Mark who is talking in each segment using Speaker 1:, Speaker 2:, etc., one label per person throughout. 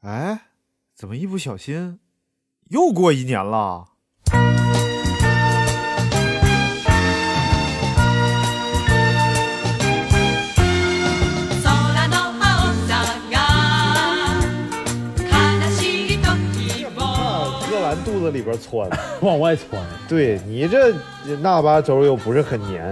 Speaker 1: 哎，怎么一不小心又过一年了？
Speaker 2: 空の青さが悲しい時を
Speaker 3: 啊，喝完肚子里边窜。
Speaker 4: 往外窜，
Speaker 3: 对你这腊八粥又不是很黏，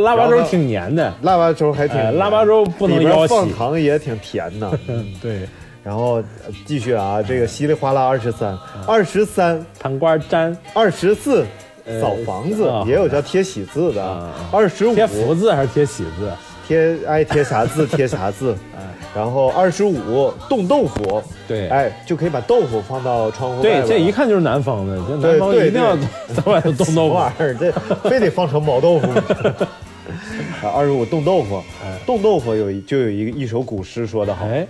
Speaker 4: 腊八粥挺黏的。
Speaker 3: 腊八粥还挺
Speaker 4: 哎
Speaker 3: 黏、
Speaker 4: 腊八粥不能
Speaker 3: 里边
Speaker 4: 腰
Speaker 3: 放
Speaker 4: 洗。
Speaker 3: 糖也挺甜呐。
Speaker 4: 嗯，对，
Speaker 3: 然后呃继续啊，这个稀里哗啦二十三、二十三、
Speaker 4: 糖瓜粘
Speaker 3: 二十四，
Speaker 4: 呃
Speaker 3: 扫房子、
Speaker 4: 啊
Speaker 3: 也有叫贴喜字的啊
Speaker 4: 啊，
Speaker 3: 二十五
Speaker 4: 贴福字还是贴喜字？
Speaker 3: 贴爱贴啥字贴啥字， 然后二十五冻豆腐，
Speaker 4: 哎对
Speaker 3: 哎，就可以把豆腐放到窗户外边
Speaker 4: 对
Speaker 3: 了。，
Speaker 4: 这一看就是南方的，这南
Speaker 3: 对
Speaker 4: 方
Speaker 3: 对
Speaker 4: 一定要 在外头冻
Speaker 3: 什
Speaker 4: 豆
Speaker 3: 么玩
Speaker 4: 腐。
Speaker 3: 意儿？ 这非得放成毛豆腐吗？啊， 二十五冻豆腐
Speaker 4: 哎，
Speaker 3: 冻豆腐有一就有一个一首古诗说得好：
Speaker 4: 哎，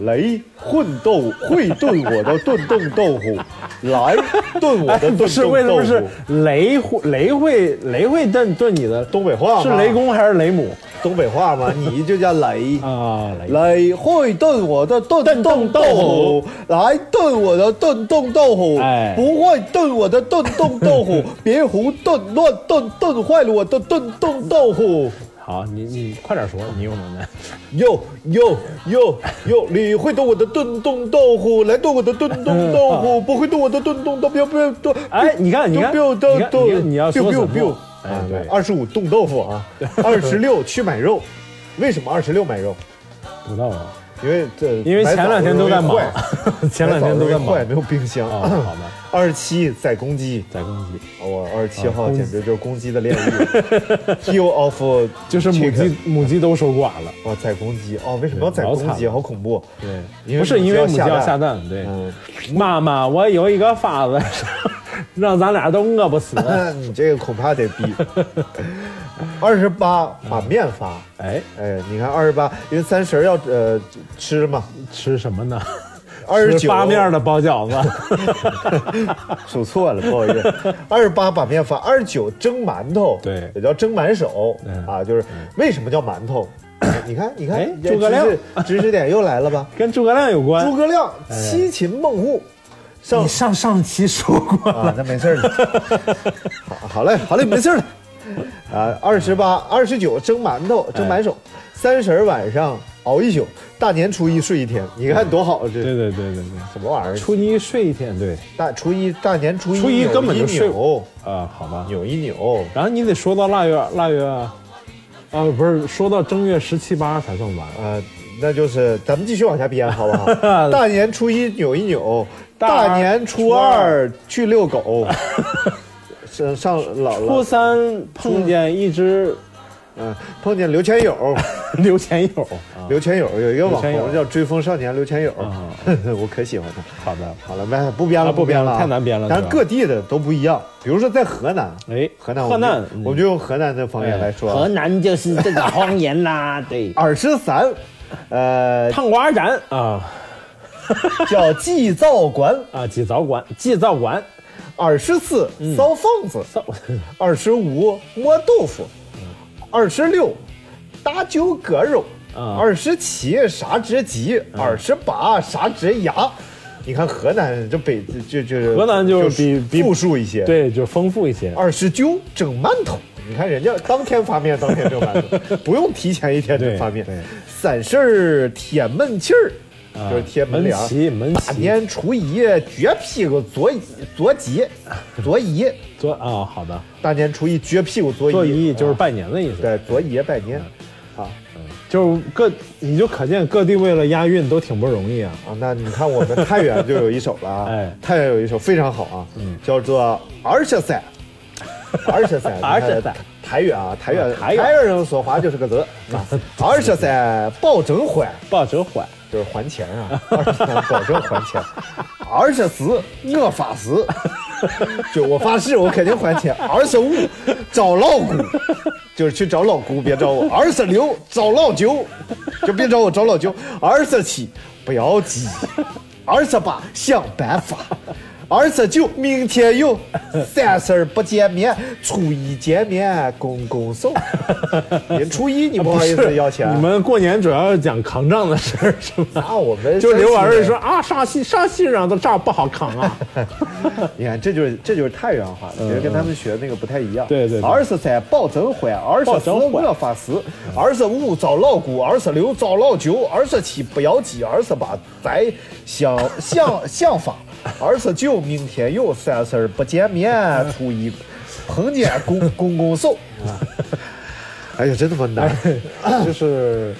Speaker 3: 雷混豆会炖我的炖冻豆腐，来炖 我的炖
Speaker 4: 哎不是为
Speaker 3: 冻豆
Speaker 4: 什么是
Speaker 3: 腐。
Speaker 4: 雷会雷会雷会炖炖你的？
Speaker 3: 东北话嘛
Speaker 4: 是雷公还是雷母
Speaker 3: 东北话嘛，你就叫雷。
Speaker 4: 啊？雷
Speaker 3: 雷会炖我的炖冻豆腐，来炖我的炖冻豆腐。
Speaker 4: 哎
Speaker 3: 不会炖我的炖冻豆 腐，别胡炖乱炖，炖坏了我的炖冻豆腐。
Speaker 4: 好，你你快点说，你有能耐。
Speaker 3: 哟哟哟哟！你会炖我的炖冻豆腐，来炖我的炖冻豆 腐，不会炖我的炖冻豆腐，不要炖。
Speaker 4: 哎，你看，你看，
Speaker 3: biu
Speaker 4: 你看，你
Speaker 3: 豆
Speaker 4: 看你要说什么？哎，对，
Speaker 3: 啊二十五冻豆腐啊，二十六去买肉。为什么二十六买肉？
Speaker 4: 不知道啊，
Speaker 3: 因为这
Speaker 4: 因为前两天都在忙
Speaker 3: 买枣容易坏，
Speaker 4: 前两天都在
Speaker 3: 买枣容易
Speaker 4: 忙
Speaker 3: 坏，。没有冰箱
Speaker 4: 哦，好吧，
Speaker 3: 二十七宰公鸡，
Speaker 4: 宰公鸡
Speaker 3: 我二十七
Speaker 4: 啊
Speaker 3: 号
Speaker 4: 公鸡
Speaker 3: 简直就是公鸡的 炼狱。Kill of
Speaker 4: 就是母
Speaker 3: chicken
Speaker 4: 鸡，母鸡都守寡了。
Speaker 3: 哦，宰公鸡哦，为什么要宰
Speaker 4: 老
Speaker 3: 公
Speaker 4: 惨
Speaker 3: 鸡？
Speaker 4: 了
Speaker 3: 好恐怖。
Speaker 4: 对，
Speaker 3: 因为
Speaker 4: 不是因为母
Speaker 3: 母
Speaker 4: 鸡
Speaker 3: 鸡要
Speaker 4: 要
Speaker 3: 下
Speaker 4: 下
Speaker 3: 蛋
Speaker 4: 蛋，对。
Speaker 3: 嗯，
Speaker 4: 妈妈，我有一个法子， 让咱俩都饿不 死。
Speaker 3: 那你这个恐怕得 逼。二十八把面发，
Speaker 4: 哎，
Speaker 3: 哎，你看二十八，因为三十儿要呃吃嘛，
Speaker 4: 吃什么 呢？
Speaker 3: 二十
Speaker 4: 吃
Speaker 3: 九
Speaker 4: 八面的包饺 子，
Speaker 3: 数错了，不好意思。二十八把面发，二十九蒸馒头，
Speaker 4: 对
Speaker 3: 也叫蒸馒手
Speaker 4: 嗯
Speaker 3: 啊，就是为什么叫馒 头？你看，你
Speaker 4: 哎
Speaker 3: 看，
Speaker 4: 诸葛亮
Speaker 3: 知识知识点又来了吧？
Speaker 4: 跟诸葛亮有关
Speaker 3: 诸。葛亮七擒孟获，上
Speaker 4: 你上上期说过
Speaker 3: 啊，那没事儿 了。好，好嘞，好嘞，没事儿了。啊，二十八、二十九蒸馒头，蒸
Speaker 4: 哎
Speaker 3: 满手；三十儿晚上熬一宿，大年初一睡一天。你看多好，这
Speaker 4: 对对对对对，
Speaker 3: 什么玩意儿？
Speaker 4: 初一睡一天，对
Speaker 3: 大初一、大年初一，
Speaker 4: 初一根本就睡
Speaker 3: 扭
Speaker 4: 啊，好吧
Speaker 3: 一扭，。扭一扭。
Speaker 4: 然后你得说到腊月，腊月啊，啊不是，说到正月十七八才算完。
Speaker 3: 呃，那就是咱们继续往下编，好不好？ 大年初一扭一扭，
Speaker 4: 大
Speaker 3: 大年初二去遛 狗，上上老
Speaker 4: 初
Speaker 3: 了，
Speaker 4: 三碰见一只
Speaker 3: 嗯、碰见刘全友，
Speaker 4: 刘前友 啊，
Speaker 3: 刘全友有一个网
Speaker 4: 刘全
Speaker 3: 红
Speaker 4: 友
Speaker 3: 叫追风少年刘全友，
Speaker 4: 啊
Speaker 3: 我可喜欢他。
Speaker 4: 好的，
Speaker 3: 好了，没不编了，
Speaker 4: 啊不
Speaker 3: 编
Speaker 4: 编了
Speaker 3: 了啊，
Speaker 4: 太难编了
Speaker 3: 咱
Speaker 4: 是吧
Speaker 3: 各地的都不一样，比如说在河南，
Speaker 4: 哎，
Speaker 3: 河南，
Speaker 4: 河南，
Speaker 3: 我们就我们就用河南的
Speaker 4: 哎
Speaker 3: 方言来说啊，
Speaker 4: 南就是这个方言 啦，对，
Speaker 3: 二十三，呃，
Speaker 4: 烫瓜展啊
Speaker 3: 叫祭灶馆，
Speaker 4: 啊，祭灶馆，祭灶馆，
Speaker 3: 二十四
Speaker 4: 嗯
Speaker 3: 烧疯子，
Speaker 4: 灶，
Speaker 3: 二十五摸豆腐，二十六打酒割肉，
Speaker 4: 嗯啊嗯
Speaker 3: 二十七杀只鸡，二十八杀只鸭。你看河南这北就就
Speaker 4: 河南就比比
Speaker 3: 富庶一些，。
Speaker 4: 对，就丰富一些，
Speaker 3: 二十九整馒头，你看人家当天发面，当天蒸馒 头，不用提前一天就发面
Speaker 4: 对啊对。
Speaker 3: 三十儿贴闷气儿，就是贴门
Speaker 4: 门
Speaker 3: 帘儿。
Speaker 4: 旗，门
Speaker 3: 大
Speaker 4: 旗，
Speaker 3: 年初一撅屁股左椅左脊左姨，
Speaker 4: 做啊，好的，
Speaker 3: 大年初一撅屁股左
Speaker 4: 做
Speaker 3: 姨
Speaker 4: 揖就是
Speaker 3: 啊
Speaker 4: 拜年的意思，
Speaker 3: 对左姨拜年啊
Speaker 4: 就是各，你就可见各地为了押韵都挺不容易啊，
Speaker 3: 啊！那你看我们太原就有一首了啊，
Speaker 4: 哎嗯
Speaker 3: 太原有一首非常好啊，叫做《二十三》。二十 三，你看
Speaker 4: 二十三
Speaker 3: 台原啊，台原，
Speaker 4: 啊台原
Speaker 3: 原人说话就是个字 啊。二十三保证还，
Speaker 4: 抱着还，
Speaker 3: 就是还钱啊， 二十三保证还钱。二十四我发誓， 就我发誓我肯定还钱。二十五找老姑，就是去找老姑，别找我。二十六找老舅，就别找我找老舅。二十七不要急，二十八想办法。二十九，明天有，三十儿不见面，初一见面拱拱 手。人初一你不好意思要钱，
Speaker 4: 你们过年主要是讲扛仗的事儿是吧？
Speaker 3: 啊，我们
Speaker 4: 就是刘老
Speaker 3: 真
Speaker 4: 师
Speaker 3: 是
Speaker 4: 说啊，上西上西壤的仗不好扛 啊，
Speaker 3: 你看，这就是这就是太原话了，觉得跟他们学的那个不太一样。
Speaker 4: 嗯对对对
Speaker 3: 二十三抱真欢，二十
Speaker 4: 抱
Speaker 3: 四
Speaker 4: 真欢
Speaker 3: 我发誓，二十五找老姑，二十六找老舅，二十七不要急，二十八咱想想想法，二十九明天有，三十儿不见面，初一碰见拱拱拱 手。哎呀，真他妈难！
Speaker 4: 就是。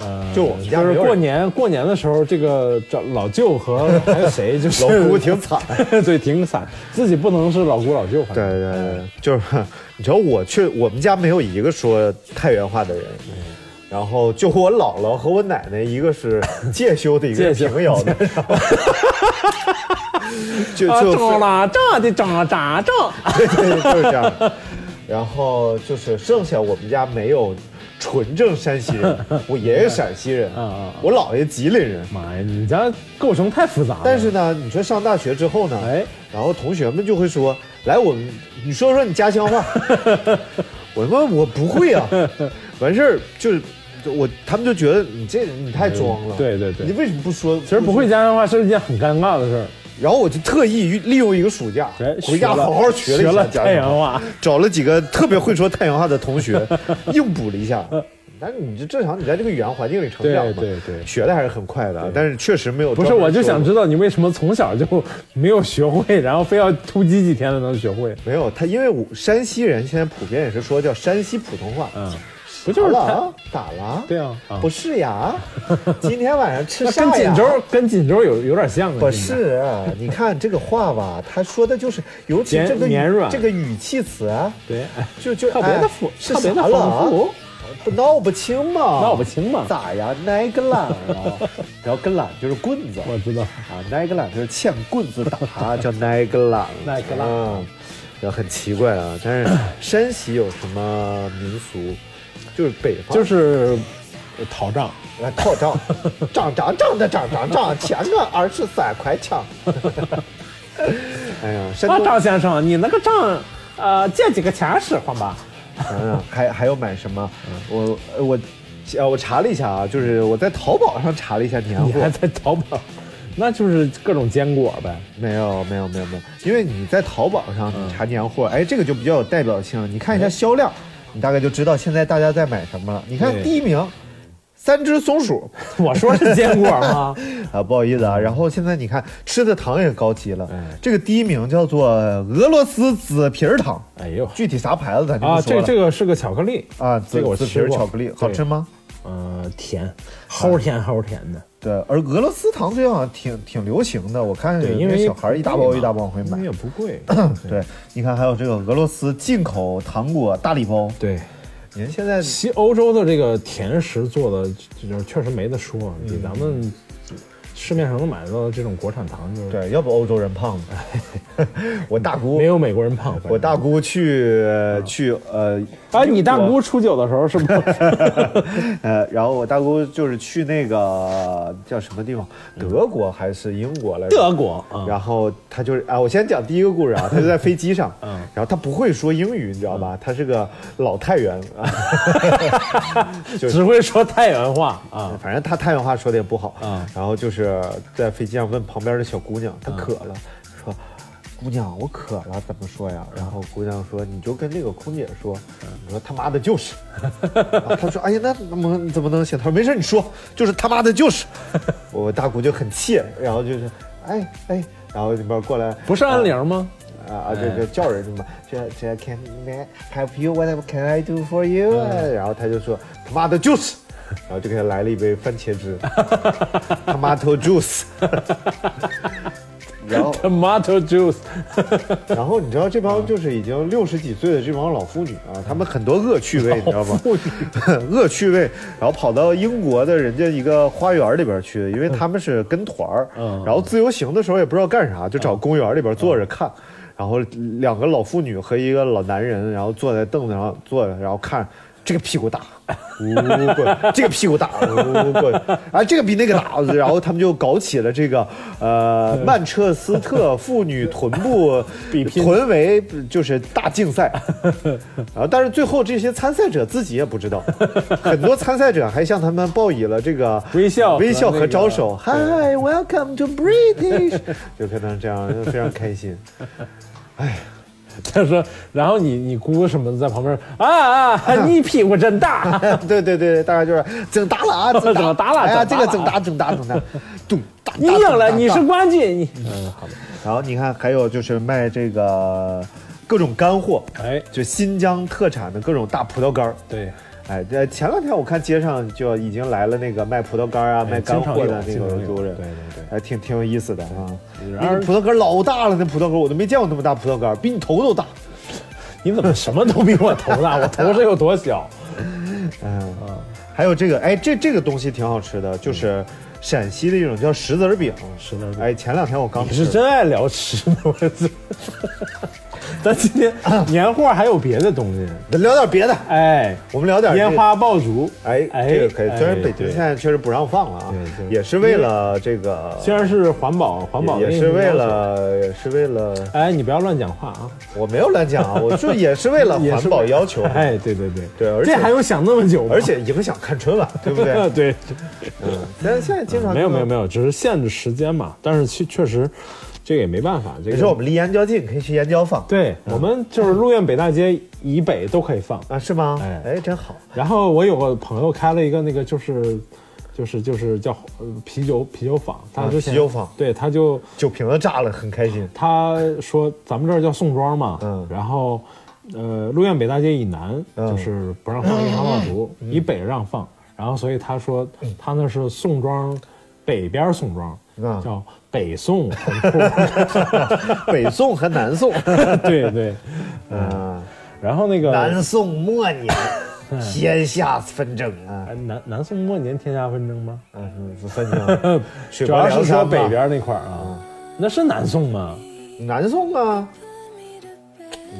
Speaker 4: 呃，
Speaker 3: 就我们家
Speaker 4: 就
Speaker 3: 没
Speaker 4: 是
Speaker 3: 有人
Speaker 4: 过年过年的时候，这个这老舅和还有谁， 就是
Speaker 3: 老姑挺惨，
Speaker 4: 对，挺惨，自己不能是老姑老舅，反
Speaker 3: 对
Speaker 4: 正
Speaker 3: 对对，就是你知道我去我们家没有一个说太原话的人，然后就我姥姥和我奶奶，一个是介休的，一个
Speaker 4: 介
Speaker 3: 是
Speaker 4: 休
Speaker 3: 平遥的，就
Speaker 4: 啊，
Speaker 3: 就
Speaker 4: 中了炸的炸炸炸，
Speaker 3: 对对就是这样。然后就是剩下我们家没有纯正山西 人，我爷爷陕西人
Speaker 4: 啊啊啊，
Speaker 3: 我姥爷吉林人。
Speaker 4: 妈呀，你家构成太复杂了。
Speaker 3: 但是呢，你说上大学之后呢，
Speaker 4: 哎
Speaker 3: 然后同学们就会说，来我们，你说说你家乡 话。我他妈我不会啊，完事儿就是我，他们就觉得你这你太装了，
Speaker 4: 对对对
Speaker 3: 你为什么不说？
Speaker 4: 其实不会家乡话是一件很尴尬的事儿。
Speaker 3: 然后我就特意利用一个暑假
Speaker 4: 哎，
Speaker 3: 回家
Speaker 4: 学了
Speaker 3: 好好学了一下
Speaker 4: 学了
Speaker 3: 家乡
Speaker 4: 太原话，
Speaker 3: 找了几个特别会说太原话的同 学，硬补了一下。但是你这正常，你在这个语言环境里成长嘛，
Speaker 4: 对对对
Speaker 3: 学的还是很快的，啊但是确实没有
Speaker 4: 不
Speaker 3: 专
Speaker 4: 是，
Speaker 3: 门说。
Speaker 4: 我就想知道你为什么从小就没有学会，然后非要突击几天才能学会？
Speaker 3: 没有他，因为我山西人现在普遍也是说叫山西普通话，
Speaker 4: 嗯，不就是
Speaker 3: 打了
Speaker 4: 太
Speaker 3: 啊打了啊，
Speaker 4: 对啊啊
Speaker 3: 不是 呀，今天晚上吃
Speaker 4: 那
Speaker 3: 啥
Speaker 4: 跟
Speaker 3: 呀？
Speaker 4: 锦州跟锦州有有点像啊？
Speaker 3: 不
Speaker 4: 现在
Speaker 3: 是啊，你看这个话吧，他说的就是，尤其
Speaker 4: 绵
Speaker 3: 这个语
Speaker 4: 绵软
Speaker 3: 这个语气词啊，
Speaker 4: 对，哎
Speaker 3: 就就
Speaker 4: 特别的
Speaker 3: 哎
Speaker 4: 复
Speaker 3: 是
Speaker 4: 特别的
Speaker 3: 啥了啊
Speaker 4: 丰富
Speaker 3: 不闹不清嘛，
Speaker 4: 闹不清嘛
Speaker 3: 咋呀？挨个懒啊， 然后个懒就是棍子，
Speaker 4: 我知道，
Speaker 3: 啊，挨个懒就是欠棍子打， 叫挨个懒，
Speaker 4: 挨个懒
Speaker 3: 啊，然后很奇怪啊。但是山西有什么民俗？就是北方，
Speaker 4: 就是呃讨账，
Speaker 3: 来靠账，涨涨涨的涨涨涨，钱啊二十三块钱。 哎呀，山
Speaker 4: 啊，
Speaker 3: 东
Speaker 4: 张先生，你那个账，呃，借几个钱使唤吧？
Speaker 3: 想想啊还还有买什么？我呃我呃我查了一下啊，就是我在淘宝上查了一下年
Speaker 4: 你
Speaker 3: 货，
Speaker 4: 还在淘宝， 那就是各种坚果呗。
Speaker 3: 没有没有没有没有，因为你在淘宝上
Speaker 4: 嗯
Speaker 3: 你查年货，哎，这个就比较有代表性了。你看
Speaker 4: 哎
Speaker 3: 一下销量，你大概就知道现在大家在买什么了。你看
Speaker 4: 对
Speaker 3: 第一名，三只松鼠，
Speaker 4: 我说是坚果吗？
Speaker 3: 啊，不好意思啊。然后现在你看吃的糖也高级了
Speaker 4: 嗯，
Speaker 3: 这个第一名叫做俄罗斯紫皮儿糖，
Speaker 4: 哎呦，
Speaker 3: 具体啥牌子咱就
Speaker 4: 啊，
Speaker 3: 不
Speaker 4: 这
Speaker 3: 说
Speaker 4: 个
Speaker 3: 了。
Speaker 4: 这个是个巧克力
Speaker 3: 啊，
Speaker 4: 这
Speaker 3: 紫
Speaker 4: 个我
Speaker 3: 紫皮
Speaker 4: 吃
Speaker 3: 儿
Speaker 4: 过
Speaker 3: 巧克力
Speaker 4: 对
Speaker 3: 好吃吗？
Speaker 4: 呃，甜，齁甜齁甜的。
Speaker 3: 对，而俄罗斯糖最近好像挺挺流行的，我看
Speaker 4: 对，因为
Speaker 3: 小孩儿一大包一大包往回买
Speaker 4: 因为。也不 贵。
Speaker 3: 对，你看还有这个俄罗斯进口糖果大礼包，
Speaker 4: 对，
Speaker 3: 您现 在
Speaker 4: 西欧洲的这个甜食做的，就是确实没得说，比咱们市面上能买到的这种国产糖，就是
Speaker 3: 对，要不欧洲人胖吧？ 我大姑
Speaker 4: 没，有美国人胖。反正
Speaker 3: 我大姑去去呃
Speaker 4: 啊，你大姑初九的时候是不是？
Speaker 3: 呃，然后我大姑就是去那个叫什么地方，德国还是英国来着？
Speaker 4: 嗯德国啊
Speaker 3: 然后他就是啊，我先讲第一个故事啊，他就在飞机上，
Speaker 4: 嗯
Speaker 3: 然后他不会说英语，你知道吧？他是个老太原啊，就是嗯
Speaker 4: 只会说太原话啊。
Speaker 3: 反正他太原话说的也不好
Speaker 4: 啊
Speaker 3: 然后就是在飞机上问旁边的小姑娘，她渴了，
Speaker 4: 啊
Speaker 3: 说：“姑娘，我渴了，怎么说呀？”然后姑娘说：“你就跟那个空姐说，
Speaker 4: 啊
Speaker 3: 你说他妈的就是。” 然后他说：“哎呀，那怎么怎么能行？”他说：“没事，你说，就是他妈的就是。”我大姑就很气，然后就是，哎哎，然后那边过来
Speaker 4: 不是安玲吗？
Speaker 3: 啊啊，这这叫人嘛，这这 can I help you? What can I do for you？、然后他就说他妈的就是，然后就给他来了一杯番茄汁，tomato juice。然后，
Speaker 4: Tomato juice，
Speaker 3: 然后你知道这帮就是已经六十几岁的这帮老妇女啊，他们很多恶趣味，你知道吗？ 恶趣味，然后跑到英国的人家一个花园里边去，因为他们是跟团儿，
Speaker 4: 嗯
Speaker 3: 然后自由行的时候也不知道干啥，就找公园里边坐着看，
Speaker 4: 嗯
Speaker 3: 然后两个老妇女和一个老男人，然后坐在凳子上坐着，然后看。这个屁股大，
Speaker 4: 嗯
Speaker 3: 哦 滚，这个屁股大，哦滚，啊，这个比那个大，然后他们就搞起了这个呃曼彻斯特妇女臀部
Speaker 4: 比拼
Speaker 3: 臀围就是大竞赛啊，但是最后这些参赛者自己也不知道，很多参赛者还向他们报以了这个
Speaker 4: 微笑和
Speaker 3: 微笑
Speaker 4: 那
Speaker 3: 和
Speaker 4: 个
Speaker 3: 招手，Hi, welcome to British，就 跟他们这样非常开心。
Speaker 4: 他说，然后你你姑什么的在旁边啊啊，你屁股真大，
Speaker 3: 对对对，大概就是整打了啊，整
Speaker 4: 整
Speaker 3: 打
Speaker 4: 打了
Speaker 3: 哎呀，这
Speaker 4: 整
Speaker 3: 个
Speaker 4: 打
Speaker 3: 整
Speaker 4: 了
Speaker 3: 打整打整打，咚打，
Speaker 4: 你
Speaker 3: 打
Speaker 4: 赢了，你。
Speaker 3: 打
Speaker 4: 是
Speaker 3: 打
Speaker 4: 冠军，你嗯好的，
Speaker 3: 然后你看，还有就是卖这个各种干货，
Speaker 4: 哎
Speaker 3: 就新疆特产的各种大葡萄干儿。
Speaker 4: 对，
Speaker 3: 哎，这前两天我看街上就已经来了那个卖葡萄干儿啊、卖干
Speaker 4: 哎经常
Speaker 3: 货
Speaker 4: 有
Speaker 3: 的那
Speaker 4: 经常
Speaker 3: 个
Speaker 4: 有
Speaker 3: 族人，
Speaker 4: 对对对
Speaker 3: 还挺挺有意思的啊。
Speaker 4: 然
Speaker 3: 那
Speaker 4: 而
Speaker 3: 个葡萄干儿老大了，那葡萄干儿我都没见过那么大葡萄干儿，比你头都大。
Speaker 4: 你怎么什么都比我头大？我头是有多小？
Speaker 3: 嗯，还有这个，哎，这这个东西挺好吃的，就是陕西的一种叫石子儿饼。
Speaker 4: 嗯石子儿饼
Speaker 3: 哎，前两天我刚
Speaker 4: 你是
Speaker 3: 吃。
Speaker 4: 真爱聊吃呢，我是。咱今天年货还有别的东西，
Speaker 3: 咱聊点别的，
Speaker 4: 哎，
Speaker 3: 我们聊点这
Speaker 4: 烟。花爆竹，
Speaker 3: 哎，这个可以。虽然北京
Speaker 4: 对
Speaker 3: 现在确实不让放了啊
Speaker 4: 对对，
Speaker 3: 也是为了这个，
Speaker 4: 虽然是环保，环保
Speaker 3: 也
Speaker 4: 的
Speaker 3: 也
Speaker 4: 一
Speaker 3: 是
Speaker 4: 种
Speaker 3: 为
Speaker 4: 要求。
Speaker 3: 了，也是为了，
Speaker 4: 哎，你不要乱讲话 啊！
Speaker 3: 我没有乱讲啊，我说也是为了
Speaker 4: 也是
Speaker 3: 环保要求，
Speaker 4: 哎，对对对
Speaker 3: 对而且
Speaker 4: 这还用想那么久吗？ 呃
Speaker 3: 而且影响看春晚，对不对？
Speaker 4: 对，
Speaker 3: 嗯，但是现在经常
Speaker 4: 没有没有没
Speaker 3: 有。
Speaker 4: 有，只是限制时间嘛。但是确确实，这个也没办法。这
Speaker 3: 你
Speaker 4: 个
Speaker 3: 说我们离燕郊近，可以去燕郊放
Speaker 4: 对，我们就是路苑北大街以北都可以放。
Speaker 3: 啊？是吗
Speaker 4: 哎？
Speaker 3: 哎，真好。
Speaker 4: 然后我有个朋友开了一个那个就是。就是就是叫呃啤酒啤酒坊，他
Speaker 3: 啊
Speaker 4: 之前、
Speaker 3: 啤酒坊
Speaker 4: 对他就
Speaker 3: 酒瓶子炸了，很开心。
Speaker 4: 他说咱们这儿叫宋庄嘛，
Speaker 3: 嗯
Speaker 4: 然后呃，路苑北大街以南
Speaker 3: 嗯
Speaker 4: 就是不让放烟花爆竹，以北让放，然后所以他说
Speaker 3: 嗯
Speaker 4: 他那是宋庄北边宋庄，
Speaker 3: 啊
Speaker 4: 叫北宋红铺，
Speaker 3: 北宋和南宋，
Speaker 4: 对对，
Speaker 3: 嗯，
Speaker 4: 然后那个
Speaker 3: 南宋末年天下纷争啊
Speaker 4: 哎，南南宋末年天下纷争吗？
Speaker 3: 嗯，纷争。主
Speaker 4: 主要是说北边那块儿
Speaker 3: 嗯
Speaker 4: 啊，那是南宋吗？
Speaker 3: 南宋啊，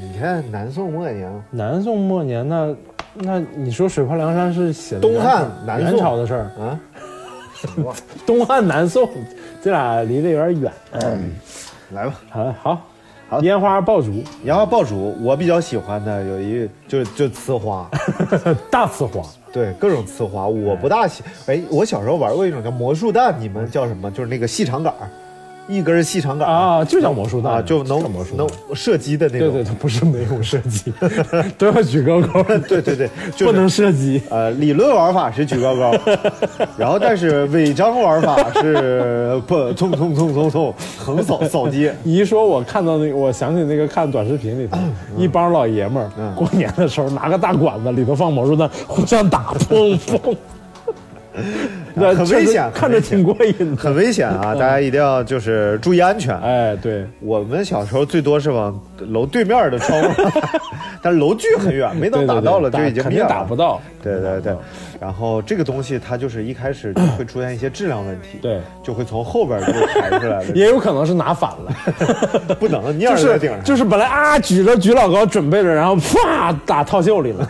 Speaker 3: 你看南宋末年，
Speaker 4: 南宋末年那那你说水泊梁山是写的
Speaker 3: 东
Speaker 4: 元
Speaker 3: 汉
Speaker 4: 朝
Speaker 3: 南宋
Speaker 4: 元朝的事儿，
Speaker 3: 啊，
Speaker 4: 东汉南宋，这俩离得有点远。
Speaker 3: 来吧，
Speaker 4: 好，好，
Speaker 3: 好
Speaker 4: 烟花爆竹，
Speaker 3: 杨花爆竹，我比较喜欢的有一就就呲花，
Speaker 4: 大呲花，
Speaker 3: 对，各种呲花，我不大喜。哎，我小时候玩过一种叫魔术弹，你们叫什么？就是那个细长杆儿，一根儿细长杆儿
Speaker 4: 啊就叫魔术弹
Speaker 3: 啊，就能
Speaker 4: 叫魔术弹
Speaker 3: 能射击的那
Speaker 4: 对
Speaker 3: 种。
Speaker 4: 对，它不是没有射击， 都要举高高，
Speaker 3: 对对对，就是
Speaker 4: 不能射击。
Speaker 3: 呃，理论玩法是举高 高，然后但是违章玩法是呃不冲冲冲冲冲横扫扫街。
Speaker 4: 你一说，我看到那个，我想起那个看短视频里头，一帮老爷们儿
Speaker 3: 嗯
Speaker 4: 过年的时候拿个大管子，里头放魔术弹，互相打，砰 砰，那
Speaker 3: 啊很危险
Speaker 4: 看
Speaker 3: 很
Speaker 4: 着
Speaker 3: 危险
Speaker 4: 挺过瘾的。
Speaker 3: 很危险啊！大家一定要就是注意安全。
Speaker 4: 嗯哎，对，
Speaker 3: 我们小时候最多是往楼对面的窗 户，但是楼距很远，没
Speaker 4: 对
Speaker 3: 等
Speaker 4: 对
Speaker 3: 打
Speaker 4: 对
Speaker 3: 到了
Speaker 4: 打
Speaker 3: 就已经
Speaker 4: 肯
Speaker 3: 灭
Speaker 4: 定
Speaker 3: 了。
Speaker 4: 打不。到。
Speaker 3: 对对
Speaker 4: 打
Speaker 3: 对
Speaker 4: 不到，
Speaker 3: 然后这个东西它就是一开始就会出现一些质量问题，
Speaker 4: 对
Speaker 3: 就会从后边就排出来
Speaker 4: 也
Speaker 3: 了，
Speaker 4: 有可能是拿反 了。
Speaker 3: 不能蔫
Speaker 4: 就
Speaker 3: 儿在顶
Speaker 4: 是
Speaker 3: 上。
Speaker 4: 就是本来啊举着举老高准备着，然后啪打套袖里 了。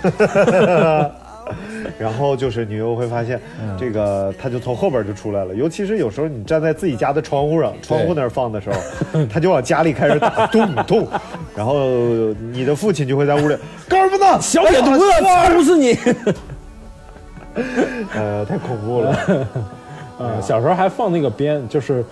Speaker 3: 然后就是你又会发现，
Speaker 4: 嗯
Speaker 3: 这个它就从后边就出来了。尤其是有时候你站在自己家的窗户上，窗户那儿放的时 候，它就往家里开始打咚咚，然后你的父亲就会在屋里，
Speaker 4: 干什么呢？
Speaker 3: 哎
Speaker 4: 小野犊子，抽死你！
Speaker 3: 呃，太恐怖 了。
Speaker 4: 呃，小时候还放那个鞭，就是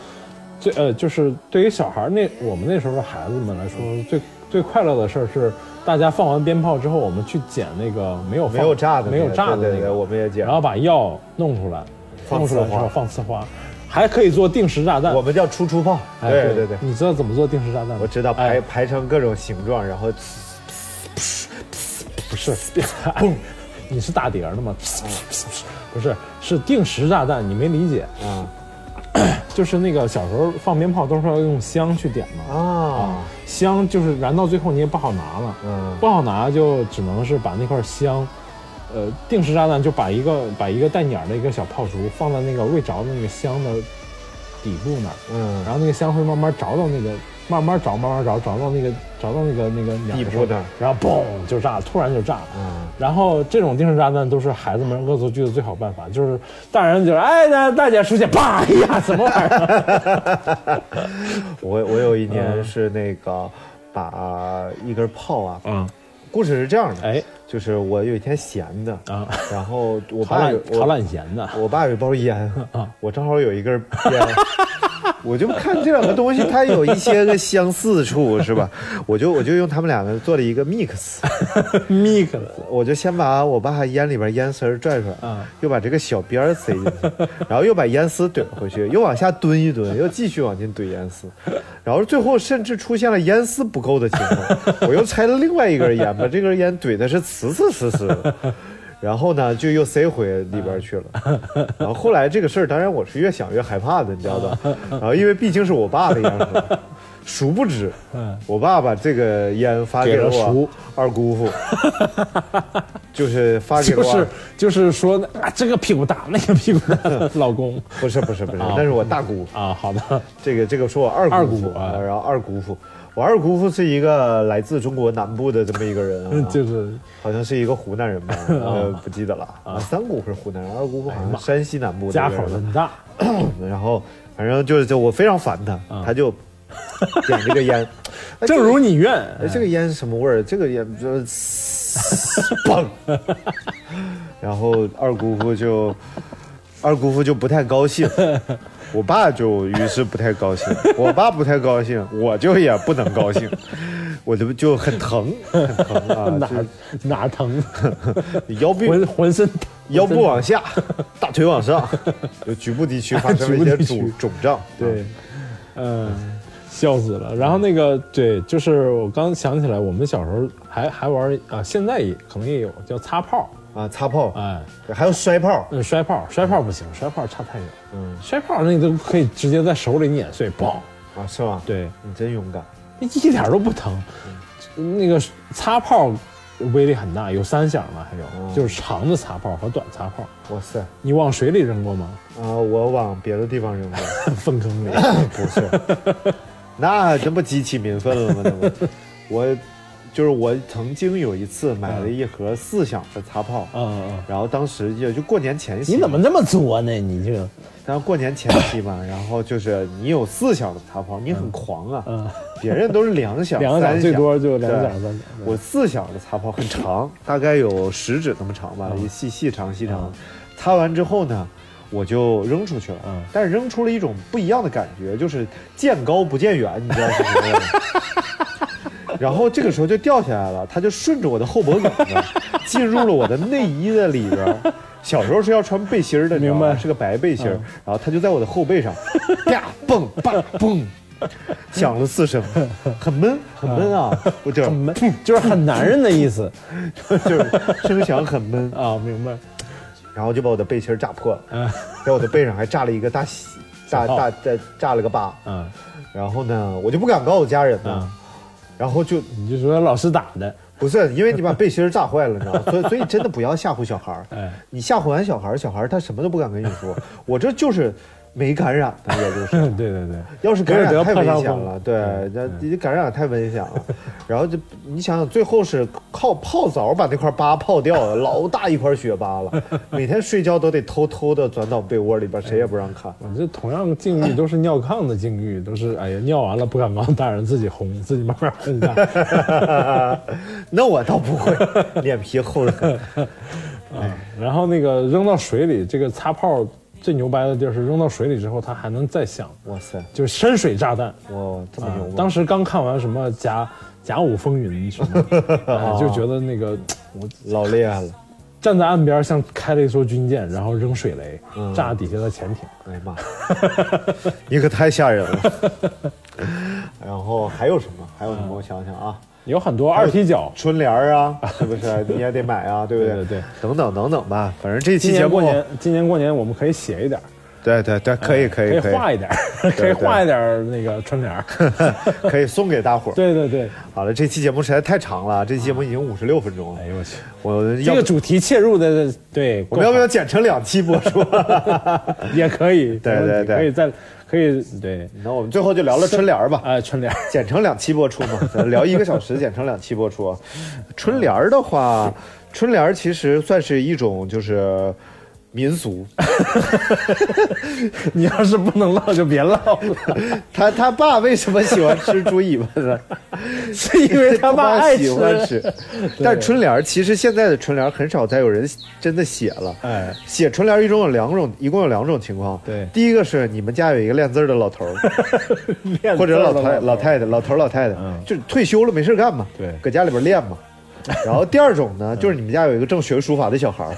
Speaker 4: 最呃，就是对于小孩儿那我们那时候的孩子们来说，最最快乐的事儿是大家放完鞭炮之后，我们去捡那个没有放
Speaker 3: 没有炸的那个
Speaker 4: 没有炸的
Speaker 3: 对对
Speaker 4: 那
Speaker 3: 对
Speaker 4: 个，
Speaker 3: 我们也捡
Speaker 4: 然后把药弄出来，
Speaker 3: 放
Speaker 4: 弄出来之
Speaker 3: 呲花
Speaker 4: 后放呲花，还可以做定时炸弹
Speaker 3: 我。们叫出出炮，
Speaker 4: 哎
Speaker 3: 对对对，
Speaker 4: 你知道怎么做定时炸弹吗？
Speaker 3: 我知道排
Speaker 4: 哎
Speaker 3: 排成各种形状，然后
Speaker 4: 不是， 砰！你是打碟儿 的吗？不是，是定时炸弹，你没理解。
Speaker 3: 啊
Speaker 4: 就是那个小时候放鞭炮都是要用香去点嘛，
Speaker 3: 啊，
Speaker 4: 香就是燃到最后你也不好拿了，
Speaker 3: 嗯
Speaker 4: 不好拿就只能是把那块香，呃，定时炸弹就把一个把一个带捻儿的一个小炮竹放在那个未着的那个香的底部那儿，
Speaker 3: 嗯
Speaker 4: 然后那个香会慢慢着到那个，慢慢着慢慢着着到那个找到那个那个鸟
Speaker 3: 地铺
Speaker 4: 的时候
Speaker 3: 那儿嗯
Speaker 4: 然后嘣就炸，突然就炸。然后这种定时炸弹都是孩子们恶作剧的最好办法，就是大人就是哎大大姐出去，啪哎呀什么玩 意儿？
Speaker 3: 我我有一
Speaker 4: 嗯
Speaker 3: 年是那个把一根炮啊，
Speaker 4: 嗯，
Speaker 3: 故事是这样的，
Speaker 4: 哎
Speaker 3: 就是我有一天闲的，
Speaker 4: 啊，
Speaker 3: 然后我
Speaker 4: 好
Speaker 3: 爸有
Speaker 4: 懒
Speaker 3: 我
Speaker 4: 好啊懒闲 的，
Speaker 3: 我爸有一包烟，我正好有一根烟， 我就看这两个东西它有一些个相似处，是吧？我就我就用他们两个做了一个 mix，
Speaker 4: mix 的
Speaker 3: 我就先把我爸烟里边烟丝儿拽出来，
Speaker 4: 啊
Speaker 3: 又把这个小边儿塞进 去，然后又把烟丝怼回去，又往下蹲一蹲，又继续往进怼烟丝，然后最后甚至出现了烟丝不够的情 况，我又拆了另外一根烟，把这根烟怼的是呲呲呲呲的。然后呢，就又塞回里边 去了。然后后来这个事儿，当然我是越想越害怕的，你知道 吧？然后因为毕竟是我爸的烟盒，殊不知，我爸把这个烟发给了
Speaker 4: 嗯给了
Speaker 3: 我
Speaker 4: 叔
Speaker 3: 二姑父，就是发给了
Speaker 4: 就
Speaker 3: 我二
Speaker 4: 是就是说啊这个屁股大那个屁股大，老公
Speaker 3: 不是不是不是，那是我大姑，
Speaker 4: 啊好的
Speaker 3: 这个这个说我二
Speaker 4: 二
Speaker 3: 姑
Speaker 4: 姑
Speaker 3: 父
Speaker 4: 啊
Speaker 3: 然后二姑父，我二姑父是一个来自中国南部的这么一个人啊，
Speaker 4: 就是啊
Speaker 3: 好像是一个湖南人吧， 呃不记得了啊，三姑父是湖南人，二姑父
Speaker 4: 哎
Speaker 3: 好像是山西南部的
Speaker 4: 家
Speaker 3: 一个
Speaker 4: 口
Speaker 3: 人啊
Speaker 4: 真 大，
Speaker 3: 然后反正就是就我非常烦他，他就点这个 烟，哎
Speaker 4: 啊正如你愿。
Speaker 3: 哎，这个烟是什么味儿？这个烟呃就是嘣， 然后二姑父就二姑父就不太高兴，我爸就于是不太高兴，我爸不太高兴，我就也不能高兴，我就就很疼，很 疼
Speaker 4: 哪
Speaker 3: 啊，
Speaker 4: 儿哪儿疼，
Speaker 3: 就腰部
Speaker 4: 浑浑身疼
Speaker 3: 腰部往下，大腿往上，有局部地区发生了一些
Speaker 4: 局部地区
Speaker 3: 肿肿胀，
Speaker 4: 对，嗯、笑死了。然后那个对，就是我刚想起来，我们小时候还还玩啊、现在也可能也有叫擦炮，
Speaker 3: 啊，擦炮，
Speaker 4: 哎，
Speaker 3: 还有摔炮，
Speaker 4: 嗯，摔炮，摔炮不行，摔炮差太远，
Speaker 3: 嗯
Speaker 4: 摔炮那都可以直接在手里碾碎，嘣，
Speaker 3: 啊，是吗？，
Speaker 4: 对，
Speaker 3: 你真勇敢。
Speaker 4: 一点都不疼。那个擦炮威力很大，有三响呢，还有、就是长的擦炮和短擦炮。
Speaker 3: 哇塞！啊、
Speaker 4: 你往水里扔过吗？
Speaker 3: 我往别的地方扔过，
Speaker 4: 粪坑里。
Speaker 3: 不是，那这不激起民愤了吗？那 不，我就是我曾经有一次买了一盒四响的擦炮，
Speaker 4: 嗯嗯嗯。
Speaker 3: 然后当时也就过年前夕，
Speaker 4: 你怎么？这么作呢？你这，
Speaker 3: 然后过年前夕嘛，然后就是你有四响的擦炮，你很狂啊，
Speaker 4: 嗯，
Speaker 3: 别人都是两响、
Speaker 4: 两
Speaker 3: 三
Speaker 4: 响最多就
Speaker 3: 对
Speaker 4: 两响三响。
Speaker 3: 我四响的擦炮很长，大概有食指那么长
Speaker 4: 嗯
Speaker 3: 吧，一细细长细长。擦完之后呢，我就扔出去了，
Speaker 4: 嗯
Speaker 3: 但是扔出了一种不一样的感觉，就是见高不见远，你知道是什么样吗？ 然后这个时候就掉下来了，它就顺着我的后脖梗子进入了我的内衣的里边儿。小时候是要穿背心儿的，你知道吗
Speaker 4: 明白嗯
Speaker 3: 是个白背心儿，然后它就在我的后背上，啪蹦啪蹦，响了四声，很闷很闷啊，我这
Speaker 4: 很闷，就是很男人的意思
Speaker 3: 就是声响很 闷，
Speaker 4: 啊，明白？
Speaker 3: 然后就把我的背心儿炸破了，
Speaker 4: 嗯
Speaker 3: 在我的背上还炸了一个大喜大大大炸了个疤，
Speaker 4: 嗯，
Speaker 3: 然后呢，我就不敢告诉家人呢
Speaker 4: 嗯，
Speaker 3: 然后就
Speaker 4: 你就说老师打的，
Speaker 3: 不是因为你把背心儿炸坏了，你知道 吗？所以所以真的不要吓唬小孩儿，
Speaker 4: 哎，
Speaker 3: 你吓唬完小孩儿，小孩儿他什么都不敢跟你说，我这就是没感染的，也就是。
Speaker 4: 嗯对对对，
Speaker 3: 要是感染太危
Speaker 4: 有点得破
Speaker 3: 险
Speaker 4: 伤
Speaker 3: 了，
Speaker 4: 风嗯
Speaker 3: 对，那你感染太危险了。 然后就你想想，最后是靠泡澡把那块疤泡掉了，老大一块血疤 了。每天睡觉都得偷偷的钻到被窝里边，谁也不让 看。
Speaker 4: 我这同样境遇都是尿炕的境遇，都是哎呀尿完了不敢帮大人自己烘，自己慢慢烘干。
Speaker 3: 那我倒不会，脸皮厚的 很。
Speaker 4: 然后那个扔到水里，这个擦炮最牛掰的地儿是扔到水里之后它还能再响，
Speaker 3: 哇塞，
Speaker 4: 就是深水炸弹。
Speaker 3: 哇，这么
Speaker 4: 啊
Speaker 3: 牛吗？
Speaker 4: 当时刚看完什么甲甲午风云什 么的，哎就觉得那个
Speaker 3: 老厉害了，
Speaker 4: 站在岸边像开了一艘军舰，然后扔水雷、
Speaker 3: 嗯
Speaker 4: 炸底下的潜艇。
Speaker 3: 哎呀妈，你可太吓人 了。然后还有什么？还有什么？我想想啊。
Speaker 4: 有很多二踢脚。
Speaker 3: 春联儿 啊，是不是你也得买啊？对不对？
Speaker 4: 对对对，
Speaker 3: 等等等等吧，反正这期
Speaker 4: 今
Speaker 3: 节
Speaker 4: 年过
Speaker 3: 目，
Speaker 4: 年，今年过年我们可以写一点儿，
Speaker 3: 对对对，可以可以
Speaker 4: 哎可以画一点儿，可
Speaker 3: 对
Speaker 4: 以画一点儿那个春联儿。
Speaker 3: 可以送给大伙儿。
Speaker 4: 对对对，
Speaker 3: 好了，这期节目实在太长了，这期节目已经五十六分钟了
Speaker 4: 哎，呦我去，
Speaker 3: 我
Speaker 4: 这
Speaker 3: 要
Speaker 4: 个
Speaker 3: 不
Speaker 4: 主题切入的对，
Speaker 3: 我们要不
Speaker 4: 够
Speaker 3: 要剪成两期播出？
Speaker 4: 好也可以？
Speaker 3: 对对
Speaker 4: 没问题
Speaker 3: 对
Speaker 4: 可以再可以对，
Speaker 3: 那我们最后就聊聊春联儿 吧，
Speaker 4: 啊，春联儿，
Speaker 3: 剪成两期播出 嘛，咱聊一个小时，剪成两期播出。春联儿的话，春联儿其实算是一种就是民俗，
Speaker 4: 你要是不能唠就别唠了，
Speaker 3: 他他爸为什么喜欢吃猪尾巴呢？
Speaker 4: 是 因为他爸爱
Speaker 3: 喜
Speaker 4: 吃。
Speaker 3: 欢吃。 但春联儿其实现在的春联儿很少再有人真的写了。
Speaker 4: 哎，
Speaker 3: 写春联儿一共有两种，一共有两种情况。
Speaker 4: 对
Speaker 3: 第一个是你们家有一个练字儿的老 头儿，
Speaker 4: 练
Speaker 3: 或者
Speaker 4: 字儿
Speaker 3: 老
Speaker 4: 了
Speaker 3: 太老太太、老头儿老太太，
Speaker 4: 嗯
Speaker 3: 就是退休了没事儿干嘛，
Speaker 4: 对嗯
Speaker 3: 搁家里边练 嘛。然后第二种呢，就是你们家有一个正学书法的小孩 儿，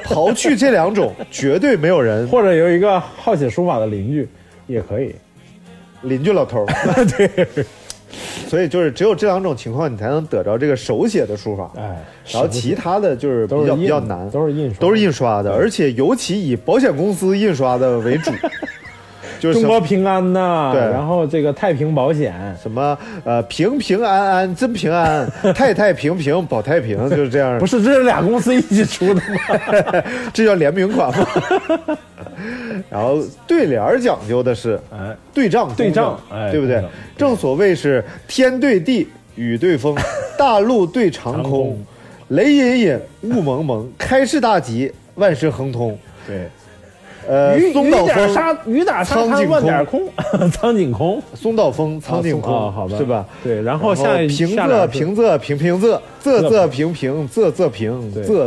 Speaker 3: 刨去这两种，绝对没有人
Speaker 4: 或者有一个好写书法的邻居也可以。
Speaker 3: 邻居老头 儿。对，所以就是只有这两种情况，你才能得着这个手写的书法。
Speaker 4: 哎，
Speaker 3: 然后其他的就是
Speaker 4: 都
Speaker 3: 比
Speaker 4: 是
Speaker 3: 较
Speaker 4: 印
Speaker 3: 比较难，
Speaker 4: 都是印刷的
Speaker 3: 都是印刷的，而且尤其以保险公司印刷的为主， 就是
Speaker 4: 中
Speaker 3: 什
Speaker 4: 国
Speaker 3: 么
Speaker 4: 平安呐，
Speaker 3: 对
Speaker 4: 然后这个太平保险，
Speaker 3: 什么呃平平安安真平 安，太太平平保太平，就是这样
Speaker 4: 不，是这是俩公司一起出的吗？
Speaker 3: 这叫联名款吗？ 然后对联儿讲究的是
Speaker 4: 哎，
Speaker 3: 对仗风筝，
Speaker 4: 对仗哎
Speaker 3: 对不对
Speaker 4: 对仗？
Speaker 3: 正所谓是天对地，雨对 风，大陆对长
Speaker 4: 长
Speaker 3: 空
Speaker 4: 空，
Speaker 3: 雷隐隐，雾蒙蒙，开市大吉，万事亨通。
Speaker 4: 对，
Speaker 3: 呃，
Speaker 4: 雨
Speaker 3: 松
Speaker 4: 雨
Speaker 3: 岛
Speaker 4: 点
Speaker 3: 枫
Speaker 4: 沙，雨打沙
Speaker 3: 苍井
Speaker 4: 滩万点空， 苍井空，
Speaker 3: 松岛枫，苍井
Speaker 4: 啊
Speaker 3: 空，
Speaker 4: 好吧，
Speaker 3: 是吧？
Speaker 4: 对，然
Speaker 3: 然
Speaker 4: 后下一
Speaker 3: 平
Speaker 4: 下
Speaker 3: 仄
Speaker 4: 两个字
Speaker 3: 平仄平平仄，仄仄平平仄仄平
Speaker 4: 对哎
Speaker 3: 仄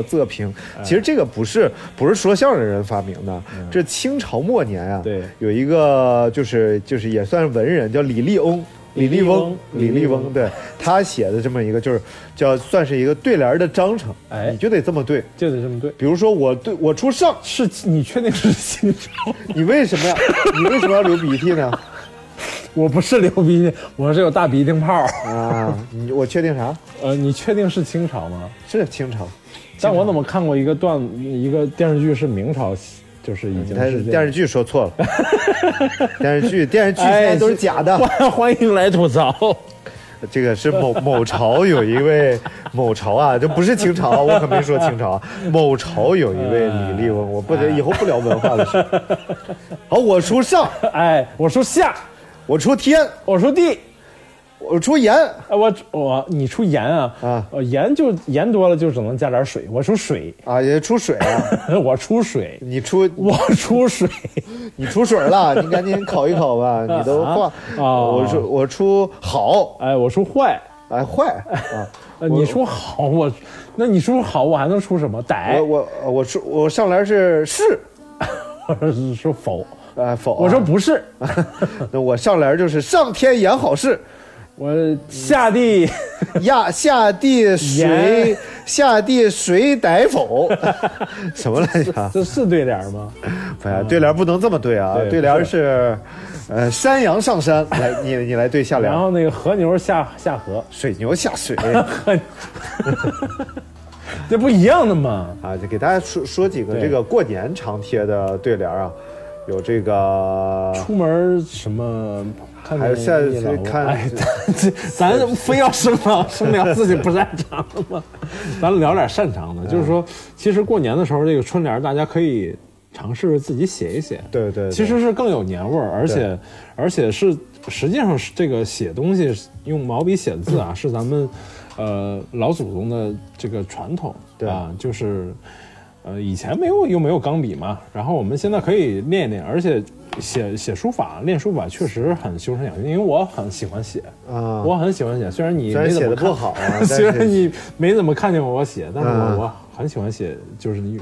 Speaker 3: 仄平。其实这个不是不是说相声人发明的，这清朝末年啊，
Speaker 4: 嗯对
Speaker 3: 有一个就是就是也算是文人，叫李立翁。李立翁，李
Speaker 4: 李
Speaker 3: 立
Speaker 4: 立翁李立
Speaker 3: 翁，
Speaker 4: 翁
Speaker 3: 对他写的这么一个，就是叫算是一个对联儿的章程，
Speaker 4: 哎
Speaker 3: 你就得这么对。
Speaker 4: 就得这么对。
Speaker 3: 比如说我对我出上，
Speaker 4: 是你确定是新潮？
Speaker 3: 你为什么呀？你为什么要流鼻涕 呢？
Speaker 4: 我不是流鼻涕，我是有大鼻涕泡。
Speaker 3: 啊，你我确定啥？
Speaker 4: 呃，你确定是清朝吗？
Speaker 3: 是清朝，
Speaker 4: 但我怎么看过一个段一个电视剧是明朝，就是已经
Speaker 3: 他
Speaker 4: 是这
Speaker 3: 电
Speaker 4: 样
Speaker 3: 视剧说 错了，电视剧电视剧啊现
Speaker 4: 哎
Speaker 3: 在都是假的。
Speaker 4: 欢欢迎来吐槽。
Speaker 3: 这个是 某某朝有一位某朝啊，这不是清朝啊，我可没说清朝啊。 某朝有一位李立
Speaker 4: 哎
Speaker 3: 翁，我不得以后不聊文化的事。好，我出上，
Speaker 4: 哎，我说下，
Speaker 3: 我出天，
Speaker 4: 我说地，
Speaker 3: 我出盐，
Speaker 4: 哎，我我你出盐啊
Speaker 3: 啊
Speaker 4: 呃盐就盐多了就只能加点水。我出水，
Speaker 3: 啊，也出水啊。
Speaker 4: 我出水，
Speaker 3: 你出
Speaker 4: 我出水，
Speaker 3: 你出水了，你赶紧考一考吧， 你都画。
Speaker 4: 哦
Speaker 3: 我说我出好，
Speaker 4: 哎，我出坏，
Speaker 3: 哎坏啊。
Speaker 4: 呃你出好，我那你出好，我还能出什么？歹
Speaker 3: 我，我我出我上联是是，
Speaker 4: 我 是说否，
Speaker 3: 啊否啊。
Speaker 4: 我说不是，
Speaker 3: 那我上联就是上天言好事，
Speaker 4: 我 下地
Speaker 3: 压下地谁
Speaker 4: 言
Speaker 3: 下地谁逮 否？什么来着？
Speaker 4: 这是对联吗？
Speaker 3: 哎呀，对联不能这么对啊，
Speaker 4: 嗯
Speaker 3: 对
Speaker 4: 对
Speaker 3: 联是，呃，山羊上 山，来你你来对下
Speaker 4: 然
Speaker 3: 联，
Speaker 4: 后那个和牛下下河，
Speaker 3: 水牛下 水
Speaker 4: 这不一样的吗？
Speaker 3: 啊，就给大家说说几个
Speaker 4: 对
Speaker 3: 这个过年常贴的对联啊，有这个。
Speaker 4: 出门什么？看
Speaker 3: 还有
Speaker 4: 见
Speaker 3: 下
Speaker 4: 一老
Speaker 3: 去看
Speaker 4: 哎，咱咱非要深 聊深聊自己不擅长的吗？咱聊点擅长的，就是说，其实过年的时候，这个春联大家可以尝试着自己写一写。
Speaker 3: 对对对
Speaker 4: 其实是更有年味儿，而且而且是实际上是这个写东西用毛笔写字
Speaker 3: 嗯
Speaker 4: 啊，是咱们呃老祖宗的这个传统，
Speaker 3: 对
Speaker 4: 啊，就是呃，以前没有又没有钢笔嘛，然后我们现在可以练一练，而且写写书法，练书法确实很修身养性，因为我很喜欢写，
Speaker 3: 啊
Speaker 4: 我很喜欢写，虽然你
Speaker 3: 虽然
Speaker 4: 没怎
Speaker 3: 写的
Speaker 4: 么看
Speaker 3: 不好啊，但
Speaker 4: 虽然
Speaker 3: 是
Speaker 4: 你没怎么看见我写，但是我、
Speaker 3: 嗯
Speaker 4: 我很喜欢写，就是你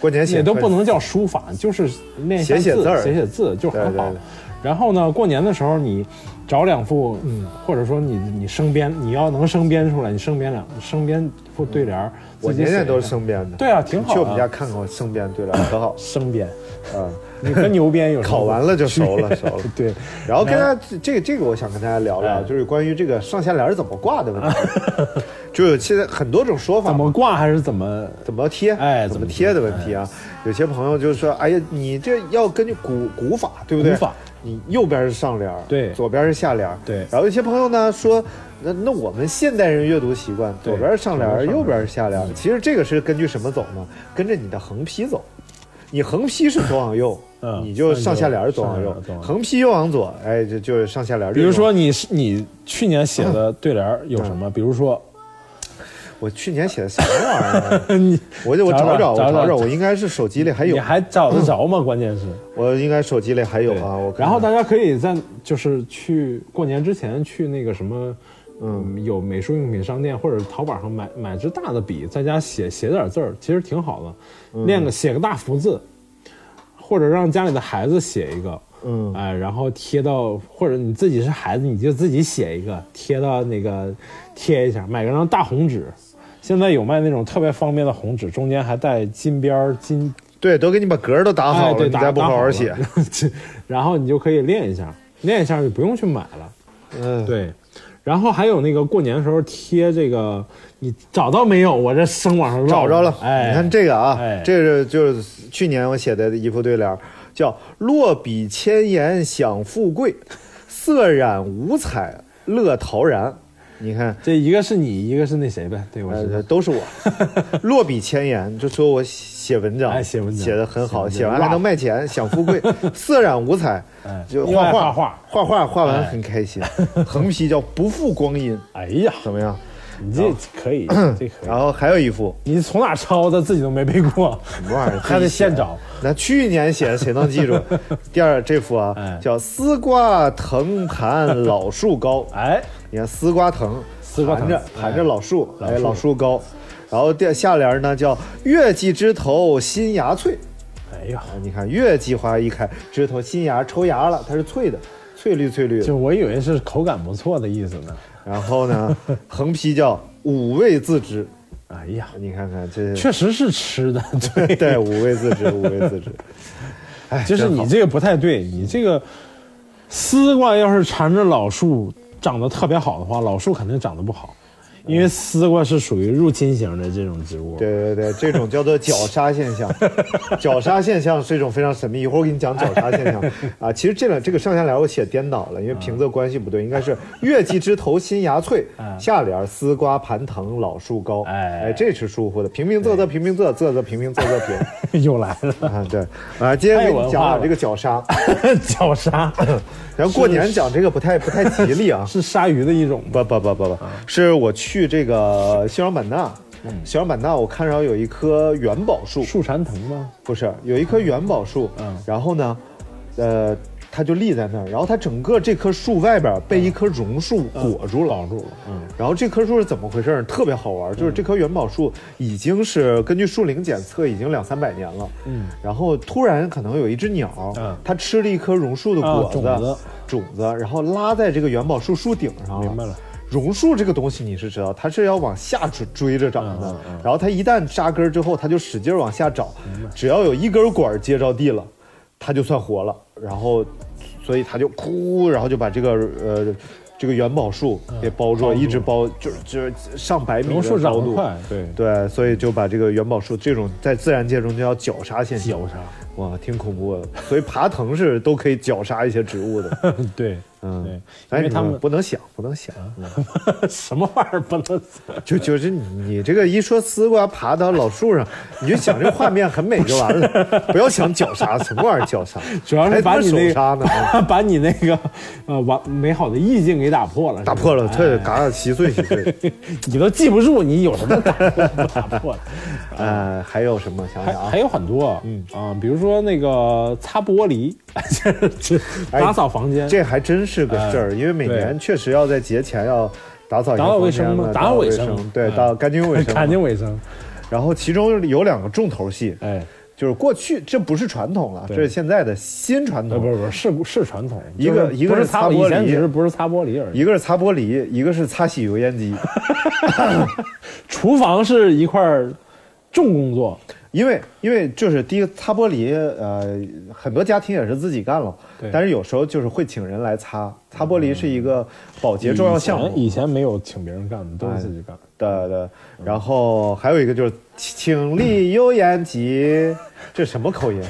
Speaker 3: 过年写
Speaker 4: 也都
Speaker 3: 快
Speaker 4: 不能叫书法，就是练一下
Speaker 3: 写写字
Speaker 4: 字
Speaker 3: 儿
Speaker 4: 写写字就很
Speaker 3: 对对
Speaker 4: 好
Speaker 3: 对。
Speaker 4: 然后呢，过年的时候你找两副，嗯，或者说你你生编，你要能生编出来，你生编两生编副对联儿，
Speaker 3: 我
Speaker 4: 自己
Speaker 3: 年
Speaker 4: 写
Speaker 3: 年
Speaker 4: 一
Speaker 3: 都是
Speaker 4: 下
Speaker 3: 生编的，
Speaker 4: 对啊挺好
Speaker 3: 去
Speaker 4: 的
Speaker 3: 我们家看看我生编对联，可好
Speaker 4: 生编，
Speaker 3: 啊。
Speaker 4: 你和牛鞭 有什么
Speaker 3: 烤完了就熟 了，熟了。
Speaker 4: 对，
Speaker 3: 然后跟大家这个这个，我想跟大家聊聊，
Speaker 4: 哎
Speaker 3: 就是关于这个上下联儿怎么挂的问题， 就有现在很多种说法
Speaker 4: 怎
Speaker 3: 嘛，
Speaker 4: 么挂还是怎么？
Speaker 3: 怎么贴，
Speaker 4: 哎
Speaker 3: 怎
Speaker 4: 怎
Speaker 3: 么
Speaker 4: 么
Speaker 3: 贴
Speaker 4: 贴哎
Speaker 3: 的问题啊。有些朋友就说，哎呀，你这要根据古古法，对不对？
Speaker 4: 古法，
Speaker 3: 你右边是上联儿，
Speaker 4: 对
Speaker 3: 左边是下联儿，
Speaker 4: 对
Speaker 3: 然后有些朋友呢说。那那我们现代人阅读习惯，
Speaker 4: 对
Speaker 3: 左边是上联儿，
Speaker 4: 左边是上联儿嗯
Speaker 3: 右边是下联儿。其实这个是根据什么走呢？跟着你的横批走。你横批是左往右，
Speaker 4: 嗯
Speaker 3: 你就上下联儿左往右
Speaker 4: 上下联儿左；往右
Speaker 3: 横批右往左，哎，就就是上下联儿。
Speaker 4: 比如说，你是你去年写的对联儿有什
Speaker 3: 嗯
Speaker 4: 么？比如说
Speaker 3: 我去年写的啥玩意儿啊？
Speaker 4: 你
Speaker 3: 我就我
Speaker 4: 找
Speaker 3: 找
Speaker 4: 找
Speaker 3: 我找
Speaker 4: 找找
Speaker 3: 找，我应该是手机里还有
Speaker 4: 你，还找得 着吗？关键是
Speaker 3: 我应该手机里还有啊。我看
Speaker 4: 然后大
Speaker 3: 看
Speaker 4: 家可以在就是去过年之前去那个什么。
Speaker 3: 嗯，
Speaker 4: 有美术用品商店或者淘宝上买买支大的笔，在家写写点字儿，其实挺好
Speaker 3: 嗯
Speaker 4: 的，练个写个大福字，或者让家里的孩子写一个，
Speaker 3: 嗯
Speaker 4: 哎，然后贴到或者你自己是孩子，你就自己写一个，贴到那个贴一下，买个张大红纸，现在有卖那种特别方便的红纸，中间还带金边儿金，
Speaker 3: 对，都给你把格儿都打好
Speaker 4: 哎，
Speaker 3: 了，
Speaker 4: 对，
Speaker 3: 你
Speaker 4: 打
Speaker 3: 再不
Speaker 4: 打
Speaker 3: 好
Speaker 4: 了
Speaker 3: 好写，
Speaker 4: 然后你就可以练一下，练一下就不用去买了。
Speaker 3: 嗯，
Speaker 4: 对，然后还有那个过年的时候贴这个，你找到没有？我这生往上
Speaker 3: 找
Speaker 4: 绕
Speaker 3: 着了。
Speaker 4: 哎，
Speaker 3: 你看这个啊，
Speaker 4: 哎
Speaker 3: 这是就是去年我写的一副对联儿，叫“落笔千言享富贵，色染五彩乐陶然”。你看，
Speaker 4: 这一个是你，一个是那谁呗？对，我
Speaker 3: 呃，
Speaker 4: 是
Speaker 3: 都是 我，落笔千言，就说我写文章，
Speaker 4: 哎写文章
Speaker 3: 写的很好，
Speaker 4: 写文
Speaker 3: 写
Speaker 4: 章
Speaker 3: 完还能卖钱，享富 贵，色染五彩
Speaker 4: 哎，
Speaker 3: 就
Speaker 4: 又爱
Speaker 3: 画
Speaker 4: 画
Speaker 3: 画
Speaker 4: 画
Speaker 3: 画画完
Speaker 4: 哎
Speaker 3: 很开心。横批叫“不负光阴
Speaker 4: 哎呀”，，
Speaker 3: 怎么 样？
Speaker 4: 你这 可以，这可
Speaker 3: 然
Speaker 4: 以。
Speaker 3: 后还有一幅
Speaker 4: 你从哪抄的？自己都没背过，
Speaker 3: 什么玩意儿？
Speaker 4: 还得现找。
Speaker 3: 那去年写的谁能 记住？第二这幅啊
Speaker 4: 哎，
Speaker 3: 叫“丝瓜藤盘老树 高
Speaker 4: 哎，”。
Speaker 3: 你看丝瓜藤，
Speaker 4: 丝瓜藤
Speaker 3: 盘着
Speaker 4: 哎
Speaker 3: 盘着老树，
Speaker 4: 老
Speaker 3: 哎，
Speaker 4: 树
Speaker 3: 老树高。然后第下联呢叫“月季枝头新芽翠
Speaker 4: 哎呀，”。
Speaker 3: 你看月季花一开，枝头新芽抽芽了，它是翠的，翠绿翠绿的
Speaker 4: 就。我以为是口感不错的意思呢。
Speaker 3: 然后 呢，横批叫“五味自知
Speaker 4: 哎呀”。，
Speaker 3: 你看看这，
Speaker 4: 确实是吃的，对，
Speaker 3: 对，五味自知，五味自知。哎，
Speaker 4: 就是
Speaker 3: 真好
Speaker 4: 你这个不太对，你这个丝瓜要是缠着老树长得特别好的话，老树肯定长得不好，因为丝瓜是属于入侵型的这种植物。，
Speaker 3: 对对对，这种叫做绞杀现 象。绞杀现象是一种非常神秘，一会儿我给你讲绞杀现 象啊。其实这两这个上下联我写颠倒了，因为平仄关系不对，应该是月季枝头新芽翠，下联丝瓜盘藤老树高。
Speaker 4: 哎
Speaker 3: 哎，这是疏忽的，平平仄仄平平仄仄仄平平仄仄 平
Speaker 4: 又来了，
Speaker 3: 啊。对啊，今天给你讲
Speaker 4: 太有文化
Speaker 3: 讲
Speaker 4: 了
Speaker 3: 这个绞杀，
Speaker 4: 绞杀
Speaker 3: 然后过年讲这个不太不太吉利啊。
Speaker 4: 是鲨鱼的一种吧？
Speaker 3: 不不不不不，是我去这个西双版纳，西双版纳我看着有一棵元宝树，
Speaker 4: 树缠藤吗？
Speaker 3: 不是，有一棵元宝树，
Speaker 4: 嗯
Speaker 3: 然后呢，呃，它就立在那儿，然后它整个这棵树外边被一棵榕树裹住了，
Speaker 4: 绑住了，嗯，
Speaker 3: 然后这棵树是怎么回事儿？特别好玩，就是这棵元宝树已经是根据树龄检测已经两三百年了，
Speaker 4: 嗯，
Speaker 3: 然后突然可能有一只鸟，
Speaker 4: 嗯
Speaker 3: 它吃了一棵榕树的果子、
Speaker 4: 啊种子
Speaker 3: 种子然后拉在这个元宝树树顶上
Speaker 4: 明白了。
Speaker 3: 榕树这个东西你是知道，它是要往下追追着长的，
Speaker 4: 嗯嗯
Speaker 3: 然后它一旦扎根之后，它就使劲往下找，只要有一根管儿接着地了，它就算活了。然后，所以它就哭，然后就把这个呃这个元宝树给包住了，
Speaker 4: 包住
Speaker 3: 一直包，就是就是上百米
Speaker 4: 榕树
Speaker 3: 的
Speaker 4: 长
Speaker 3: 高
Speaker 4: 得
Speaker 3: 度。
Speaker 4: 快，对，
Speaker 3: 对，所以就把这个元宝树这种在自然界中就叫绞杀现象，
Speaker 4: 绞杀，
Speaker 3: 哇，挺恐怖的。所以爬藤是都可以绞杀一些植物 的，
Speaker 4: 对，
Speaker 3: 嗯
Speaker 4: 对，
Speaker 3: 哎，
Speaker 4: 因
Speaker 3: 你
Speaker 4: 为他们啊
Speaker 3: 不能想，不能想。嗯
Speaker 4: 什么玩意儿不能
Speaker 3: 就就是你这个一说丝瓜爬到老树上，你就想这画面很美就完了， 不要想绞杀，什么玩意儿绞杀？
Speaker 4: 主要
Speaker 3: 还
Speaker 4: 是
Speaker 3: 他妈
Speaker 4: 把你那
Speaker 3: 手杀 呢，
Speaker 4: 把把你那个呃完美好的意境给打破了，是吧
Speaker 3: 打破了，对，
Speaker 4: 哎
Speaker 3: 嘎嘎稀碎稀碎。
Speaker 4: 你都记不住，你有什么打破 不打破的？
Speaker 3: 呃，还有什么？想
Speaker 4: 还
Speaker 3: 想啊
Speaker 4: 还，有很多，嗯啊、比如说那个擦玻璃， 这
Speaker 3: 哎
Speaker 4: 打扫房间，
Speaker 3: 这还真是个事儿，因为每年
Speaker 4: 哎对
Speaker 3: 确实要在节前要打扫一下
Speaker 4: 打扫
Speaker 3: 房
Speaker 4: 卫
Speaker 3: 间
Speaker 4: 生
Speaker 3: 了
Speaker 4: 嘛
Speaker 3: 打
Speaker 4: 打
Speaker 3: 扫
Speaker 4: 扫
Speaker 3: 卫
Speaker 4: 卫
Speaker 3: 生，
Speaker 4: 生
Speaker 3: 对，
Speaker 4: 嗯
Speaker 3: 打扫干净卫生，
Speaker 4: 干净。卫生，
Speaker 3: 然后其中有两个重头戏，
Speaker 4: 哎，
Speaker 3: 就是过去这不是传统了，这
Speaker 4: 对
Speaker 3: 是现在的新传
Speaker 4: 呃
Speaker 3: 统
Speaker 4: 不。是不是是是传统，
Speaker 3: 一个
Speaker 4: 就是
Speaker 3: 一个
Speaker 4: 不
Speaker 3: 是
Speaker 4: 是
Speaker 3: 擦
Speaker 4: 擦，
Speaker 3: 玻璃
Speaker 4: 以前只是不是擦玻璃而已。
Speaker 3: 一个是擦玻璃，一个是擦洗油烟机，
Speaker 4: 厨房是一块儿重工作，
Speaker 3: 因为因为就是第一个擦玻璃，呃，很多家庭也是自己干了，
Speaker 4: 对
Speaker 3: 但是有时候就是会请人来擦，擦玻璃是一个保洁重要项目。
Speaker 4: 以前以前没有请别人干的，都是自己干。
Speaker 3: 的的，然后还有一个就是请立油烟机，这什么口音？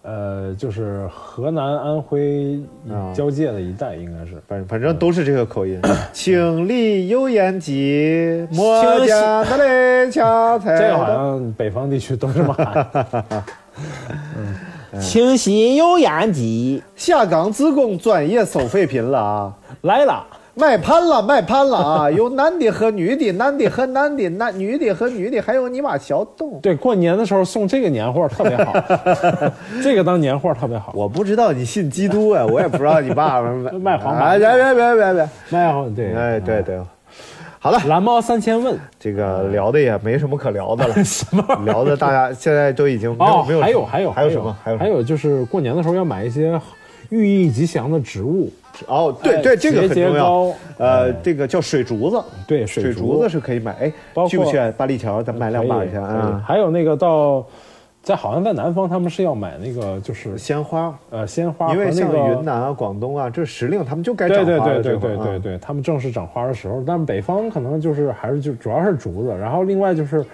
Speaker 4: 呃，就是河南、安徽
Speaker 3: 啊
Speaker 4: 交界的一带，应该是。
Speaker 3: 反反正都是这个口 音。请立油烟机，莫
Speaker 4: 清晰
Speaker 3: 家那里恰才。
Speaker 4: 这个好像北方地区都这么喊。嗯
Speaker 5: 清新有演技，
Speaker 3: 下岗职工专业收费品了啊！
Speaker 4: 来了，
Speaker 3: 卖盘了，卖盘了啊！有男的和女的，男的和男的，男女的和女的，还有你妈小动。
Speaker 4: 对，过年的时候送这个年货特别好， 这个当年货特别好。
Speaker 3: 我不知道你信基督啊，我也不知道你爸爸 卖
Speaker 4: 卖黄
Speaker 3: 啊！
Speaker 4: 牌
Speaker 3: 别别别别别！
Speaker 4: 卖好对，
Speaker 3: 哎，对对，好了，
Speaker 4: 蓝猫三千问
Speaker 3: 这个聊的也 没什么可聊的了，
Speaker 4: 什么？
Speaker 3: 聊的大家现在都已经没有
Speaker 4: 哦，
Speaker 3: 没有
Speaker 4: 还
Speaker 3: 什
Speaker 4: 有
Speaker 3: 么
Speaker 4: 还有
Speaker 3: 还有什么还有什
Speaker 4: 还
Speaker 3: 么
Speaker 4: 有就是过年的时候要买一些寓意吉祥的植物，
Speaker 3: 哦，对
Speaker 4: 哎
Speaker 3: 对，这个很
Speaker 4: 节节
Speaker 3: 重要
Speaker 4: 高。
Speaker 3: 呃，这个叫水竹子，
Speaker 4: 对
Speaker 3: 水
Speaker 4: 水
Speaker 3: 竹子是可以买。哎
Speaker 4: 包，括
Speaker 3: 去不去八里桥？咱买两把
Speaker 4: 可以
Speaker 3: 去
Speaker 4: 可以
Speaker 3: 啊！
Speaker 4: 还有那个到在好像在南方他们是要买那个就是
Speaker 3: 鲜花，
Speaker 4: 呃鲜花和
Speaker 3: 因为
Speaker 4: 那
Speaker 3: 像
Speaker 4: 个
Speaker 3: 云。南啊、广东啊，这时令他们就该
Speaker 4: 对
Speaker 3: 长
Speaker 4: 对
Speaker 3: 花
Speaker 4: 对
Speaker 3: 了
Speaker 4: 对
Speaker 3: 这会
Speaker 4: 对
Speaker 3: 儿
Speaker 4: 对
Speaker 3: 啊
Speaker 4: 对，他们正是长花的时候，但北方可能就是还是就主要是竹子，然后另外就是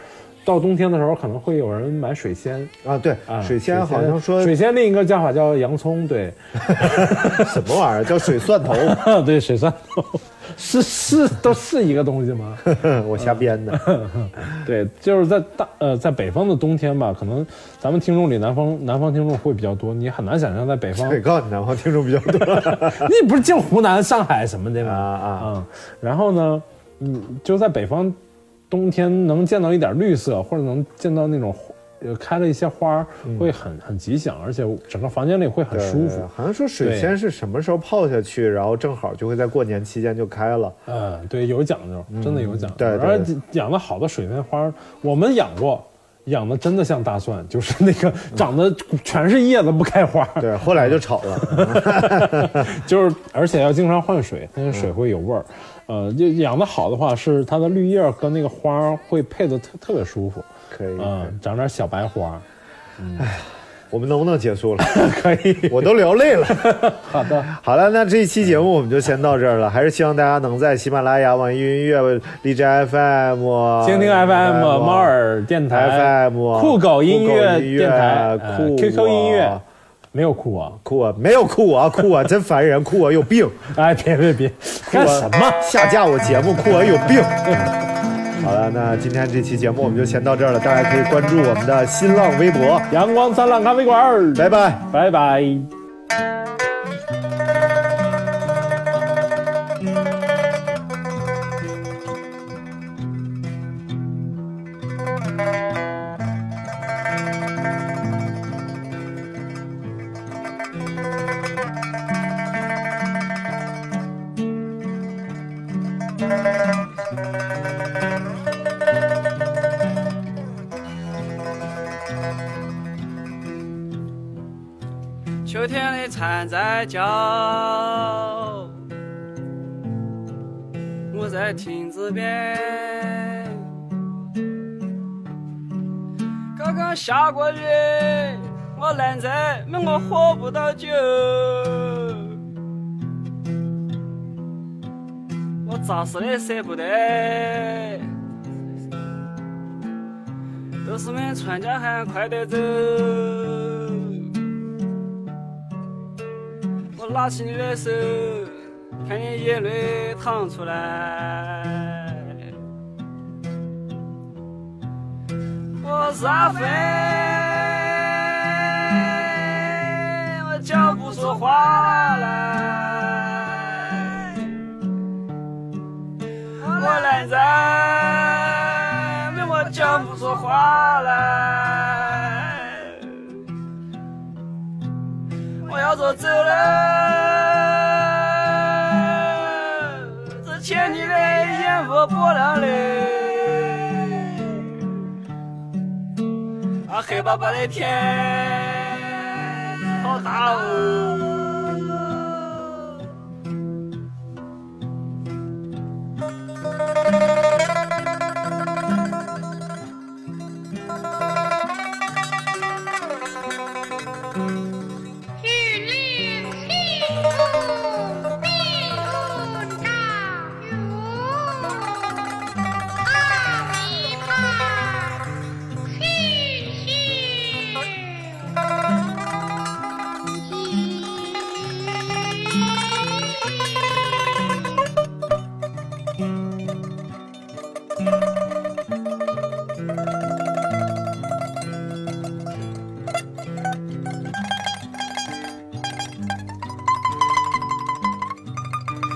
Speaker 4: 到冬天的时候可能会有人买水仙
Speaker 3: 啊！对
Speaker 4: 啊，，
Speaker 3: 水仙好像说
Speaker 4: 水仙另一个叫法叫洋葱，对
Speaker 3: 什么玩意儿叫水蒜 头，
Speaker 4: 对，水蒜头 是是都是一个东西 吗？
Speaker 3: 我瞎编
Speaker 4: 嗯
Speaker 3: 的。
Speaker 4: 对，就是在大呃，在北方的冬天吧，可能咱们听众里南方南方听众会比较多，你很难想象在北方，
Speaker 3: 对，告诉你，南方听众比较多
Speaker 4: 你不是进湖南、上海什么的
Speaker 3: 啊
Speaker 4: 吗？
Speaker 3: 啊！
Speaker 4: 嗯，然后呢，嗯，就在北方冬天能见到一点绿色，或者能见到那种花呃开了一些花儿，会很很吉祥，而且整个房间里会
Speaker 3: 嗯
Speaker 4: 很
Speaker 3: 对
Speaker 4: 舒服。
Speaker 3: 好像说水
Speaker 4: 对
Speaker 3: 仙是什么时候泡下去，然后正好就会在过年期间就开了。
Speaker 4: 嗯，对，有讲究，真的有讲究。
Speaker 3: 对对
Speaker 4: 而
Speaker 3: 对
Speaker 4: 养的好的水仙花儿，我们养过，养的真的像大蒜， 就是那个长得全是叶子不开花儿。
Speaker 3: 嗯对，后来就炒
Speaker 4: 嗯
Speaker 3: 了。
Speaker 4: 就是而且要经常换水，
Speaker 3: 嗯
Speaker 4: 那个水会有味儿。呃，就养的好的话，是它的绿叶儿跟那个花儿会配的特特别舒服。
Speaker 3: 可以，
Speaker 4: 嗯、长点小白花。
Speaker 3: 我们能不能结束了？
Speaker 4: 可以，
Speaker 3: 我都聊累了。
Speaker 4: 好的，
Speaker 3: 好了，那这一期节目我们就先到这儿了，还是希望大家能在喜马拉雅、网易云音乐、荔枝 FM、
Speaker 4: 蜻
Speaker 3: 啊
Speaker 4: 蜓 FM、猫耳电台、
Speaker 3: FM、
Speaker 4: 酷狗音乐
Speaker 3: 酷狗音乐
Speaker 4: 电台、呃
Speaker 3: 酷我
Speaker 4: QQ 音乐，没有酷啊！
Speaker 3: 酷啊，没有酷我啊，酷我真烦人，酷我有病，
Speaker 4: 哎，别别别，
Speaker 3: 酷啊我
Speaker 4: 干什么？
Speaker 3: 下架我节目，酷我有病。好了，那今天这期节目我们就先到这儿了，大家可以关注我们的新浪微博，
Speaker 4: 阳光灿烂咖啡馆儿，
Speaker 3: 拜拜。
Speaker 4: 拜拜。
Speaker 6: 秋天的蝉在叫，我在亭子边。刚刚下过雨，我懒在，问我喝不到酒。我咋死的舍不得，都是问船家喊快点走。我拉起你的手，看你眼泪淌出来。我是阿飞，我讲不出话来，我懒在，为我讲不出话来。我要走走了，这欠你的烟火不了嘞。啊，黑巴巴的天，好大哦。
Speaker 7: 日令器物并入大儒，阿弥陀去去。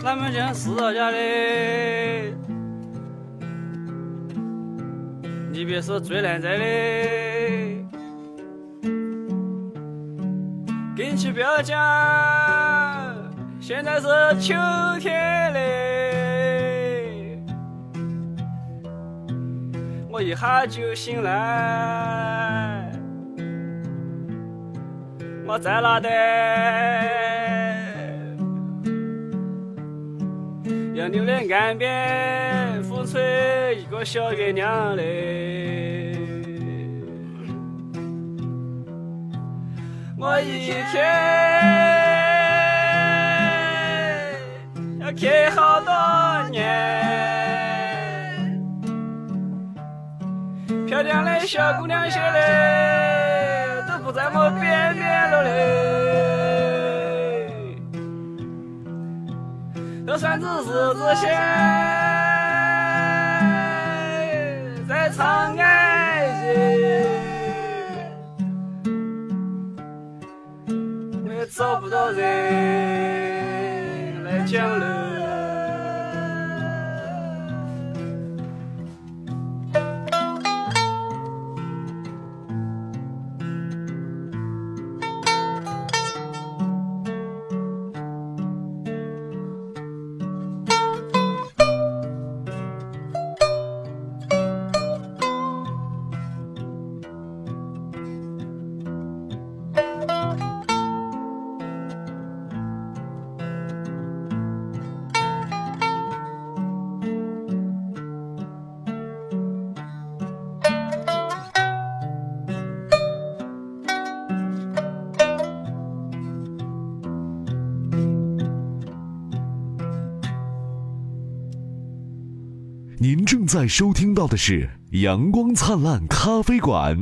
Speaker 6: 咱们真死家嘞。你别是追来在嘞，跟去表讲，现在是秋天嘞，我一下就醒来，我在哪的？杨柳的岸边，风吹一个小月亮嘞。我一天要开好多年，漂亮的小姑娘些嘞，都不在我边边了嘞。这算是日子些，在长安街，我也找不到人来讲了。
Speaker 8: 您正在收听到的是《阳光灿烂咖啡馆》。